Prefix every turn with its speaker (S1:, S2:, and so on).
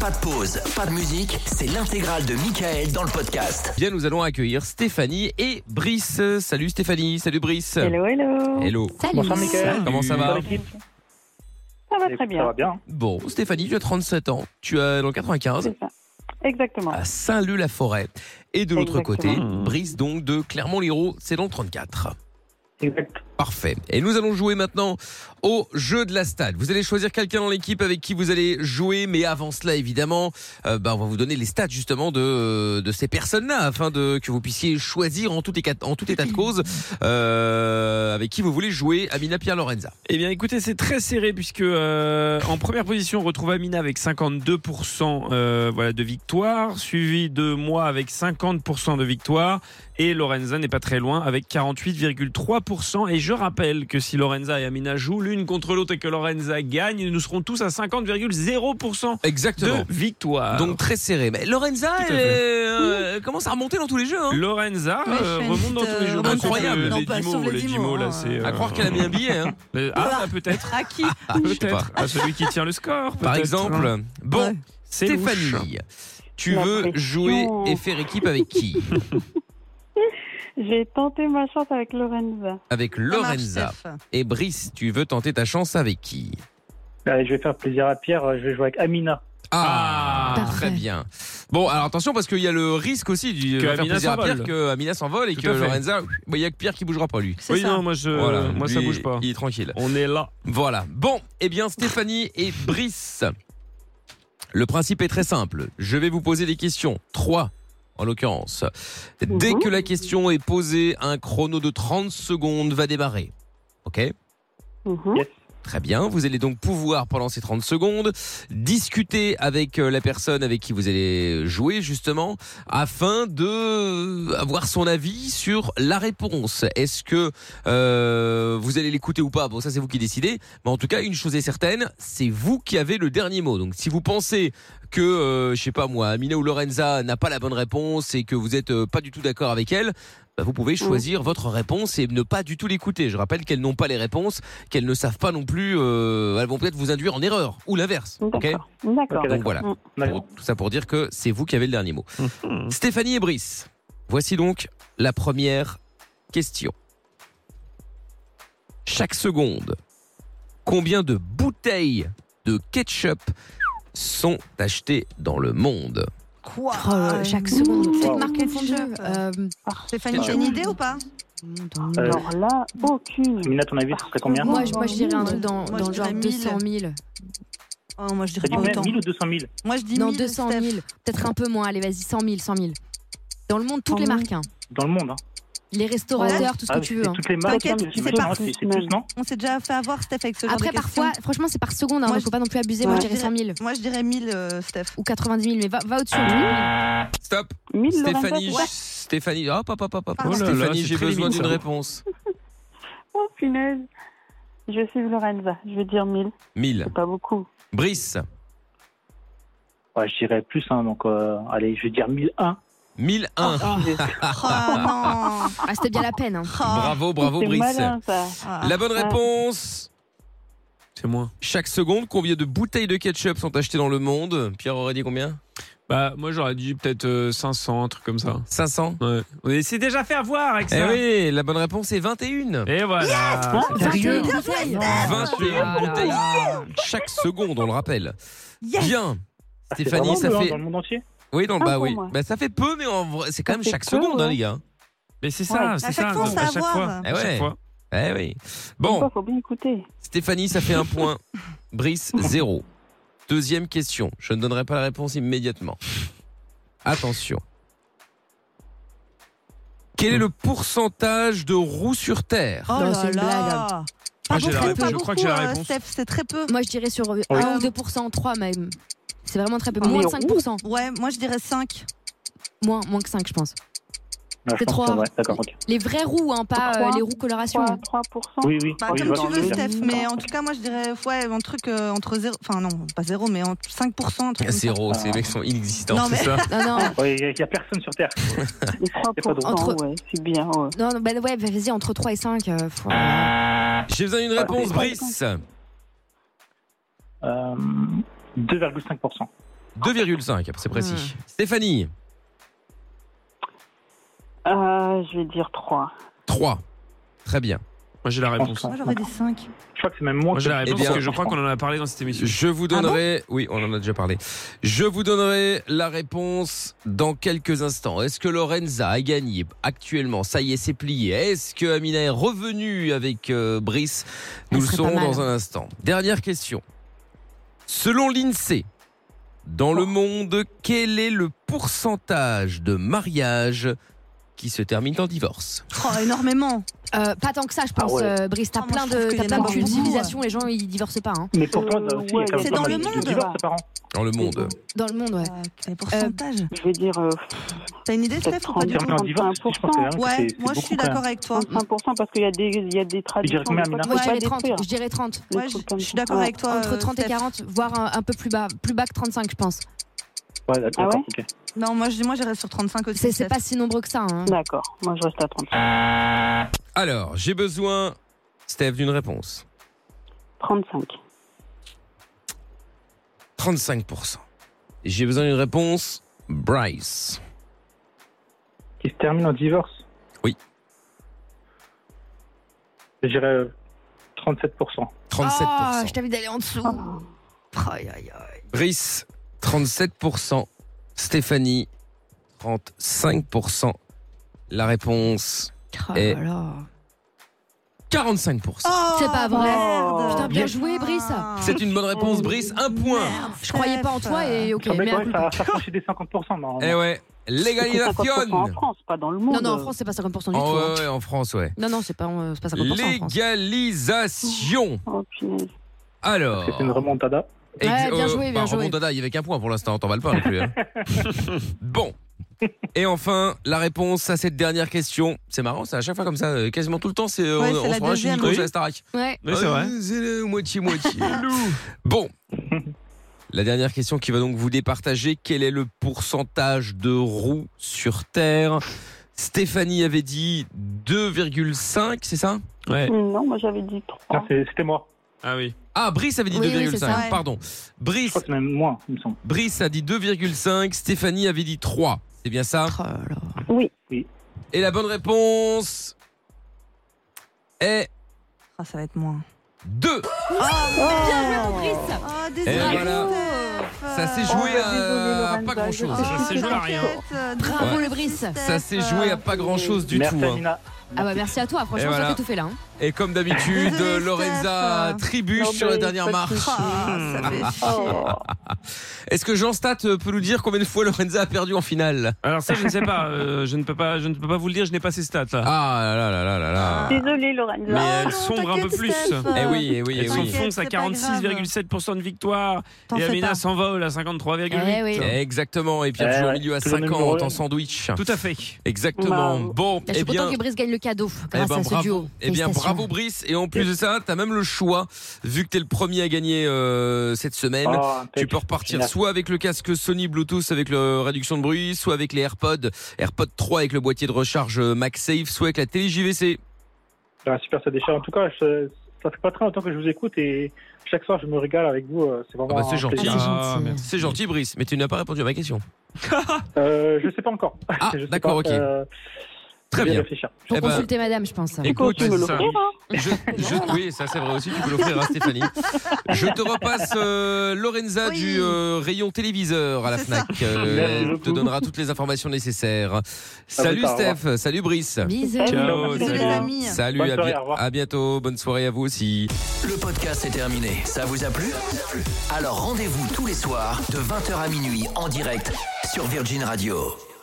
S1: Pas de pause, pas de musique, c'est l'intégrale de Michael dans le podcast.
S2: Bien, nous allons accueillir Stéphanie et Brice. Salut Stéphanie, salut Brice.
S3: Hello, hello.
S2: Hello.
S4: Salut.
S3: Bonsoir, Mickaël.
S2: Comment ça va
S3: Bonsoir, l'équipe. Ça va très
S5: Ça
S3: bien.
S5: va bien. hein.
S2: Bon, Stéphanie, tu as 37 ans, tu as dans le 95
S3: C'est ça. Exactement.
S5: Ah.
S2: à Saint-Leu-la-Forêt. Et de l'autre côté,
S3: Exactement.
S2: Brice donc de Clermont-Lérault, c'est dans le 34.
S5: Exact.
S2: Parfait. Et nous allons jouer maintenant au jeu de la stade. Vous allez choisir quelqu'un dans l'équipe avec qui vous allez jouer, mais avant cela, évidemment, euh, bah, on va vous donner les stats justement de, de ces personnes-là, afin de, que vous puissiez choisir en tout état, en tout état de cause euh, avec qui vous voulez jouer Amina Pierre Lorenza.
S6: Eh bien écoutez, c'est très serré puisque euh, en première position, on retrouve Amina avec 52% euh, voilà, de victoire, suivi de moi avec 50% de victoire, et Lorenza n'est pas très loin avec 48,3%. Et je rappelle que si Lorenza et Amina jouent l'une contre l'autre et que Lorenza gagne, nous serons tous à 50,0% de
S2: Exactement.
S6: victoire.
S2: Donc très serré. Mais Lorenza
S6: Tout à
S2: elle,
S6: fait.
S2: euh, commence à remonter dans tous les jeux. Hein.
S6: Lorenza
S4: Ouais, je
S6: euh,
S4: fais une
S6: remonte dans
S4: petite,
S6: tous les
S4: euh,
S6: jours.
S2: remonte incroyable.
S4: Non,
S6: Les
S4: pas
S6: dix
S4: sur
S6: mots,
S4: les
S6: les
S4: dix
S6: dix
S4: mots,
S6: mots, là,
S4: hein.
S6: c'est.
S2: À
S6: euh,
S2: croire qu'elle a mis un billet. Hein.
S6: euh, Ah, peut-être.
S4: À qui
S2: Je sais pas.
S6: À celui qui tient le score.
S2: Par
S6: peut-être.
S2: exemple. Bon,
S4: Ouais.
S6: hein. c'est louche.
S2: Stéphanie, tu
S3: La
S2: veux
S3: pression.
S2: jouer et faire équipe avec qui
S3: J'ai tenté ma chance avec Lorenza.
S2: Avec
S4: Ça marche,
S2: Lorenza.
S4: Steph.
S2: Et Brice, tu veux tenter ta chance avec qui
S5: Allez, je vais faire plaisir à Pierre. euh, Je vais jouer avec Amina.
S2: Ah,
S4: Parfait.
S2: très bien. Bon, alors attention parce qu'il y a le risque aussi du
S6: Que
S2: faire
S6: Amina
S2: plaisir à
S6: s'envole.
S2: Pierre que Amina s'envole et
S6: Tout
S2: que
S6: à fait.
S2: Lorenza, Bon, il y a que Pierre qui bougera pas lui.
S4: C'est
S6: Oui,
S4: ça.
S6: non, moi, je,
S2: Voilà,
S6: moi ça
S2: lui,
S6: bouge pas.
S2: Il est tranquille.
S6: On est là.
S2: Voilà. Bon, eh bien Stéphanie et Brice. Le principe est très simple. Je vais vous poser des questions. Trois, en l'occurrence. Dès
S3: Mhm.
S2: que la question est posée, un chrono de 30 secondes va démarrer. Ok
S3: Mhm.
S2: Très bien, vous allez donc pouvoir pendant ces 30 secondes discuter avec euh, la personne avec qui vous allez jouer justement afin de euh, avoir son avis sur la réponse. Est-ce que euh, vous allez l'écouter ou pas Bon ça c'est vous qui décidez, mais en tout cas une chose est certaine, c'est vous qui avez le dernier mot. Donc si vous pensez que euh, je sais pas moi, Amina ou Lorenza n'a pas la bonne réponse et que vous êtes euh, pas du tout d'accord avec elle, bah, vous
S3: Mm.
S2: pouvez choisir votre réponse et ne pas du tout l'écouter. Je rappelle qu'elles n'ont pas les réponses qu'elles ne savent pas non plus, euh, elles vont peut-être vous induire en erreur ou l'inverse. Ok
S3: D'accord. D'accord.
S5: Ok,
S2: Donc voilà,
S3: Mm.
S5: D'accord.
S2: Pour- tout ça pour dire que c'est vous qui avez le dernier mot.
S6: Hum.
S3: Hum.
S2: Stéphanie et Brice, voici donc la première question. Chaque seconde, combien de bouteilles de ketchup sont achetées dans le monde
S4: Quoi
S7: Oh,
S4: Euh, Chaque seconde,
S3: Wow.
S4: t'es une marque de jeu. Euh, Stéphanie,
S2: Ketchup.
S4: t'as une idée ou pas
S5: Euh,
S3: Alors là, aucune.
S5: Amina, ton avis, ce serait combien
S3: Moi,
S7: Moi, je, moi, je dirais un truc dans,
S4: Moi,
S7: dans
S4: je
S7: le genre
S4: dirais
S7: 200 000.
S4: Oh, Moi, je
S5: T'as
S4: dirais
S5: dit combien
S4: autant.
S5: 1000 ou 200 000
S4: Moi, je dis
S7: Non,
S4: 1000,
S7: 200
S4: Steph.
S7: 000. Peut-être un peu moins. Allez, vas-y, 100 000, 100 000. Dans le monde, toutes les
S3: 100 000.
S7: marques. hein.
S5: Dans le monde. Hein.
S7: Les restaurateurs, tout ce que
S5: Ah,
S7: tu
S5: c'est
S7: veux. hein.
S5: Toutes les marques.
S4: T'inquiète,
S5: toutes
S4: c'est
S5: les marques,
S4: par
S5: hein,
S3: contre,
S5: c'est plus,
S3: même.
S5: non
S4: On s'est déjà fait avoir, Steph, avec ce genre
S7: Après,
S4: de questions.
S7: parfois, franchement, c'est par seconde. Hein,
S4: Moi,
S7: donc,
S4: je-
S7: faut pas non plus abuser. Moi,
S3: Ouais.
S7: je dirais 100 000.
S4: Moi, je dirais 1000, euh, Steph.
S7: Ou 90 000. Mais va, va au-dessus. Ah,
S2: Stop
S3: Mille
S2: Stéphanie,
S3: Lorenza,
S2: Stéphanie, hop, hop, hop, hop, hop.
S4: Oh là
S6: là,
S2: Stéphanie,
S6: c'est
S2: j'ai
S6: très
S2: besoin
S6: limite,
S2: d'une
S6: ça.
S2: réponse.
S3: Oh, punaise. Je vais suivre Lorenza. Je vais dire 1000.
S2: 1000.
S3: C'est pas beaucoup.
S2: Brice,
S5: Ouais, je dirais plus. Hein, donc, euh, allez, je vais dire Ah, 1001.
S2: 1001.
S6: Ah.
S4: Oh non
S7: c'était bien la peine. hein.
S4: Oh,
S2: Bravo, bravo,
S3: c'est
S2: Brice.
S3: malin, ça.
S4: ah.
S2: La bonne
S3: Ah.
S2: réponse.
S6: C'est moi.
S2: Chaque seconde, combien de bouteilles de ketchup sont achetées dans le monde Pierre aurait dit combien
S6: Bah, moi, j'aurais dit peut-être euh, 500, un truc comme ça.
S2: 500
S6: Ouais. On s'est déjà fait avoir avec
S2: Eh
S6: ça.
S2: oui, la bonne réponse est 21.
S6: Et voilà.
S3: Ah,
S6: C'est
S7: 21
S6: sérieux.
S7: bouteilles.
S6: Bien
S2: 21
S6: sûr.
S4: Ah
S2: bouteilles chaque seconde, on le rappelle.
S4: Yes
S2: Bien.
S5: Ah, c'est
S2: Stéphanie,
S5: vraiment
S2: ça
S5: peu, hein,
S2: fait.
S5: Dans le monde entier.
S2: Oui, non,
S3: Ah,
S2: bah
S3: pour
S2: oui.
S3: moi.
S2: Bah, ça fait peu, mais en vrai, c'est quand
S3: Ça
S2: même
S3: fait
S2: chaque
S3: peu,
S2: seconde, hein,
S3: ouais.
S2: les gars.
S6: Mais c'est
S3: Ouais.
S6: ça, c'est
S4: À
S6: ça.
S4: chaque fois, on
S6: donc,
S4: sait
S6: à chaque
S4: avoir.
S6: fois.
S2: Eh
S6: À chaque
S2: ouais.
S6: fois.
S2: Eh oui.
S3: Bon.
S2: Bon,
S3: faut bien écouter.
S2: Stéphanie, ça fait un point. Brice, zéro. Deuxième question. Je ne donnerai pas la réponse immédiatement. Attention. Quel est le pourcentage de roues sur Terre
S4: Oh
S7: Non,
S4: là
S7: c'est une
S4: là
S6: Moi,
S4: Pas
S6: Ah, j'ai la
S4: beaucoup,
S6: réponse.
S4: pas
S6: Je crois que j'ai la
S4: beaucoup, euh,
S6: réponse.
S4: Steph, c'est très peu.
S7: Moi, je dirais sur 1 ou 2 3 même. C'est vraiment très peu.
S3: Ah,
S7: Moins
S3: mais
S7: de 5
S4: Ouais, moi, je dirais 5.
S7: moins, moins que 5, je pense.
S5: Non, je
S7: C'est
S5: pense
S7: trop
S5: que ça,
S7: rare.
S5: ouais, D'accord, ok.
S7: Les vraies roues, hein, pas euh,
S3: Trois.
S7: les roues coloration.
S3: 3,
S7: hein.
S3: 3%.
S5: Oui, oui.
S4: Bah,
S5: oui, je
S4: comme
S5: vois
S4: tu
S5: ce que
S4: veux,
S5: tu veux dire.
S4: Steph, mais en tout cas, moi, je dirais ouais, un truc euh, entre 0. Enfin, non, pas 0, mais en 5%. Un truc comme ça.
S2: Zéro, Ah, ces mecs sont inexistants,
S4: ah. Non, mais-
S2: c'est ça
S7: Non, non.
S5: Ouais, Il n'y a personne sur Terre.
S3: Les 3%,
S5: C'est pas drôle.
S7: Entre-
S3: ouais, c'est bien. Ouais.
S7: Non, non, bah ouais, bah, vas-y, entre 3 et 5. euh, faut-
S5: Ah. Euh,
S2: J'ai besoin d'une réponse,
S3: Ouais.
S2: Brice.
S5: Euh, 2,5%.
S2: 2,5, c'est précis.
S4: Ah.
S2: Stéphanie,
S3: Euh, je vais dire 3.
S2: 3. Très bien.
S6: Moi j'ai la réponse.
S4: Moi, j'aurais des 5.
S5: Je crois que c'est même moins
S6: Moi j'ai la
S5: que-
S6: réponse
S2: Eh bien,
S6: parce que je crois qu'on en a parlé dans cette émission.
S2: Je vous
S7: Ah
S2: donnerai, oui, on en a déjà parlé. Je vous donnerai la réponse dans quelques instants. Est-ce que Lorenza a gagné actuellement Ça y est, c'est plié. Est-ce que Amina est revenue avec euh, Brice Nous
S7: Ça
S2: le
S7: serait pas
S2: saurons
S7: mal.
S2: dans un instant. Dernière question. Selon l'INSEE, dans le monde, quel est le pourcentage de mariages qui se terminent en divorce
S4: Oh, énormément.
S7: Euh, pas tant que ça, je pense,
S5: Ah ouais.
S7: euh, Brice. T'as
S4: Ah, moi,
S7: plein
S4: je trouve
S7: de,
S4: qu'il
S7: t'as
S4: y en
S7: plein
S4: a
S7: de
S4: beaucoup.
S7: cultivisations. Les gens, ils divorcent pas. hein.
S5: Mais pourtant,
S3: Euh,
S5: là
S3: ouais,
S5: aussi, il y a quand même
S4: c'est
S5: pas
S4: dans
S5: mal
S4: le
S5: de
S4: monde.
S5: divorces par an.
S2: Dans le monde.
S7: Dans le monde, ouais.
S4: Euh, les pourcentages.
S3: Je vais dire euh,
S4: T'as une idée, Steph, ou pas du
S5: Terminé
S4: tout
S5: en divorce, je pense que c'est-
S4: Ouais,
S5: c'est
S4: moi, je
S5: beaucoup
S4: suis
S5: quand même.
S4: d'accord avec toi.
S3: 35% parce qu'il y a des, il y a des traditions.
S5: dirais combien,
S3: des fois,
S5: Amina
S3: tu
S7: Moi,
S3: peux
S7: je
S3: pas
S7: dirais 30.
S3: détruire.
S7: Je dirais 30.
S3: Des
S4: Ouais, je,
S3: trucs comme
S4: je suis
S3: ça.
S4: d'accord
S3: Ouais.
S4: avec toi. hein. euh,
S7: Entre 30 et
S4: Steph.
S7: 40, voire un, un peu plus bas. Plus bas que 35, je pense.
S5: Ouais, d'accord,
S3: Ah ouais
S5: ok.
S4: Non, moi, je, moi, je reste sur 35 aussi.
S7: C'est c'est
S4: Steph.
S7: pas si nombreux que ça. hein.
S3: D'accord, moi je reste à 35.
S4: Ah
S2: Alors, j'ai besoin, Steph, d'une réponse.
S3: 35.
S2: 35%. J'ai besoin d'une réponse, Bryce.
S5: Qui se termine en divorce
S2: Oui.
S5: Je dirais euh, 37%.
S2: 37%.
S7: Ah, je t'avais d'aller en dessous.
S4: Ah.
S7: Oh, Aïe, aïe, aïe.
S2: Brice, 37%. Stéphanie, 35%. La réponse,
S7: Oh
S2: Et-
S7: là là.
S2: 45%.
S4: Oh,
S7: C'est pas vrai.
S4: merde.
S7: Putain, bien joué, Brice.
S2: C'est une bonne réponse, Brice. Un point.
S4: Merde,
S7: Je croyais pas en toi
S4: Steph.
S7: et ok.
S5: Ça,
S7: mais
S5: met
S7: à
S5: quand même-
S7: culpa.
S5: Ah, ça, ça franchit des 50% normalement.
S2: Eh ouais,
S3: C'est 50%
S2: légalisation.
S3: En France, pas dans le monde.
S7: Non, non, en France, c'est pas 50% du
S2: En,
S7: tout. hein.
S2: Oh, ouais, ouais, en France, ouais.
S7: Non, non, c'est pas, euh, c'est pas 50% en France.
S2: Légalisation.
S3: Oh, punaise.
S2: Alors.
S5: Parce que c'est une remontada.
S7: Ouais, bien
S2: euh,
S7: joué, bien
S2: bah,
S7: joué.
S2: remontada, il y avait qu'un point pour l'instant, t'emballes pas non plus. hein. bon. Et enfin, la réponse à cette dernière question. C'est marrant, c'est à chaque fois comme ça, euh, quasiment tout le temps, c'est euh,
S4: Ouais,
S2: on,
S4: c'est
S2: on
S4: la
S2: se prend un
S4: deuxième.
S2: chimico
S6: Oui.
S2: chez la Starac.
S7: Ouais.
S6: Oui, c'est vrai.
S2: Euh, C'est le moitié-moitié. bon. La dernière question qui va donc vous départager. Quel est le pourcentage de roues sur Terre Stéphanie avait dit 2,5, c'est ça
S6: Ouais.
S3: Non, moi j'avais dit 3.
S5: Non, c'est- C'était moi.
S6: Ah oui.
S2: Ah, Brice avait dit
S7: Oui, oui,
S2: 2,5,
S7: c'est ça,
S4: ouais.
S2: pardon.
S5: Je
S2: Brice,
S5: crois que c'est même moins, il me semble.
S2: Brice a dit 2,5, Stéphanie avait dit 3. C'est bien ça
S7: Oh là là.
S2: Et la bonne réponse est
S4: Ah, ça va être moins.
S2: 2.
S4: Oh,
S7: Bien joué, mon Brice.
S4: Oh,
S2: Et
S4: désolé,
S2: voilà.
S4: Steph. Oh,
S2: Ça s'est
S3: Oh,
S2: joué à
S3: désolé, Lorenza,
S2: pas
S3: je-
S2: grand-chose.
S6: Ça s'est joué à rien.
S4: T'inquiète,
S7: Bravo,
S4: désolé,
S7: le Brice.
S4: Steph.
S2: Ça s'est joué à pas grand-chose du
S5: Merci
S2: tout. hein.
S5: Amina.
S7: Ah bah merci à toi, franchement,
S2: Et
S7: ça
S2: voilà.
S7: fait tout fait là. hein.
S2: Et comme d'habitude,
S4: Désolé,
S2: Lorenza
S4: Steph.
S2: trébuche
S3: Non,
S2: sur la
S3: mais
S2: dernière
S3: pas de
S2: marche.
S3: souci.
S4: Ah, ça fait chier.
S3: Oh.
S2: Est-ce que Jean Stat euh, peut nous dire combien de fois Lorenza a perdu en finale
S6: Alors ça je ne sais pas, euh, je ne peux pas, je ne peux pas vous le dire, je n'ai pas ces stats là.
S2: Ah là là là là là.
S3: Désolée, Lorenza.
S6: Mais
S4: Ah
S6: elle
S4: non,
S6: sombre un peu
S4: t'inquiète,
S6: plus.
S4: Steph.
S2: Eh oui, eh oui, eh
S6: Elles sont
S2: oui.
S6: fonce à
S4: C'est pas grave.
S6: 46,7% de victoire
S4: T'en
S6: et
S4: fais
S6: Amina
S4: pas.
S6: s'envole à
S7: Eh
S6: 53,8.
S7: oui.
S2: Exactement. Et Pierre
S5: Eh
S2: joue au
S5: ouais,
S2: milieu à
S5: toujours numéro
S2: 50
S5: un.
S2: en sandwich.
S6: Tout à fait.
S2: Exactement.
S3: Bravo.
S2: Bon,
S7: Là, je
S2: eh
S7: suis
S2: bien.
S7: content que Brice gagne le cadeau
S2: Eh
S7: grâce
S2: ben,
S7: à ce
S2: bravo.
S7: duo.
S2: Eh bien,
S7: Félicitations.
S2: bravo Brice. Et en plus de ça, t'as même le choix, vu que t'es le premier à gagner euh, cette semaine.
S5: Oh,
S2: Tu peux
S5: impec.
S2: repartir
S5: Génial.
S2: soit avec le casque Sony Bluetooth avec la réduction de bruit, soit avec les AirPods, AirPods 3 avec le boîtier de recharge euh, MagSafe, soit avec la télé JVC.
S5: Ah, super, ça déchire. En tout cas, je- ça fait pas très longtemps que je vous écoute et chaque soir, je me régale avec vous. euh, C'est vraiment.
S2: Ah bah, c'est
S5: un
S2: gentil.
S5: plaisir.
S7: Ah, c'est
S6: Ah,
S7: gentil.
S6: merci.
S2: C'est gentil Brice, mais tu n'as pas répondu à ma question.
S5: Euh, je sais pas encore.
S2: Ah,
S5: Je sais
S2: d'accord, ok.
S5: pas, euh,
S2: Très
S5: je vais
S2: bien.
S5: réfléchir.
S7: Faut
S2: Eh ben,
S7: consulter madame, je pense.
S2: Et- Écoute,
S3: Écoute, tu me
S6: c'est ça.
S3: l'offrir, hein.
S2: Je, je- oui, ça c'est vrai aussi, tu peux l'offrir à Stéphanie. Je te repasse euh, Lorenza
S4: Oui.
S2: du euh, rayon téléviseur à la
S4: C'est ça.
S2: FNAC. Euh,
S5: Merci
S2: elle te
S5: beaucoup. Ah
S2: donnera toutes les informations nécessaires. Salut
S5: plus tard, au revoir.
S2: Steph, salut Brice.
S7: Bisous.
S6: Ciao,
S4: Désolé,
S6: salut.
S4: les amis.
S2: Salut,
S5: Bonne
S2: à,
S5: soirée,
S2: bi-
S5: au revoir.
S2: à bientôt, bonne soirée à vous aussi.
S1: Le podcast est terminé. Ça vous a plu Alors rendez-vous tous les soirs de 20h à minuit en direct sur Virgin Radio.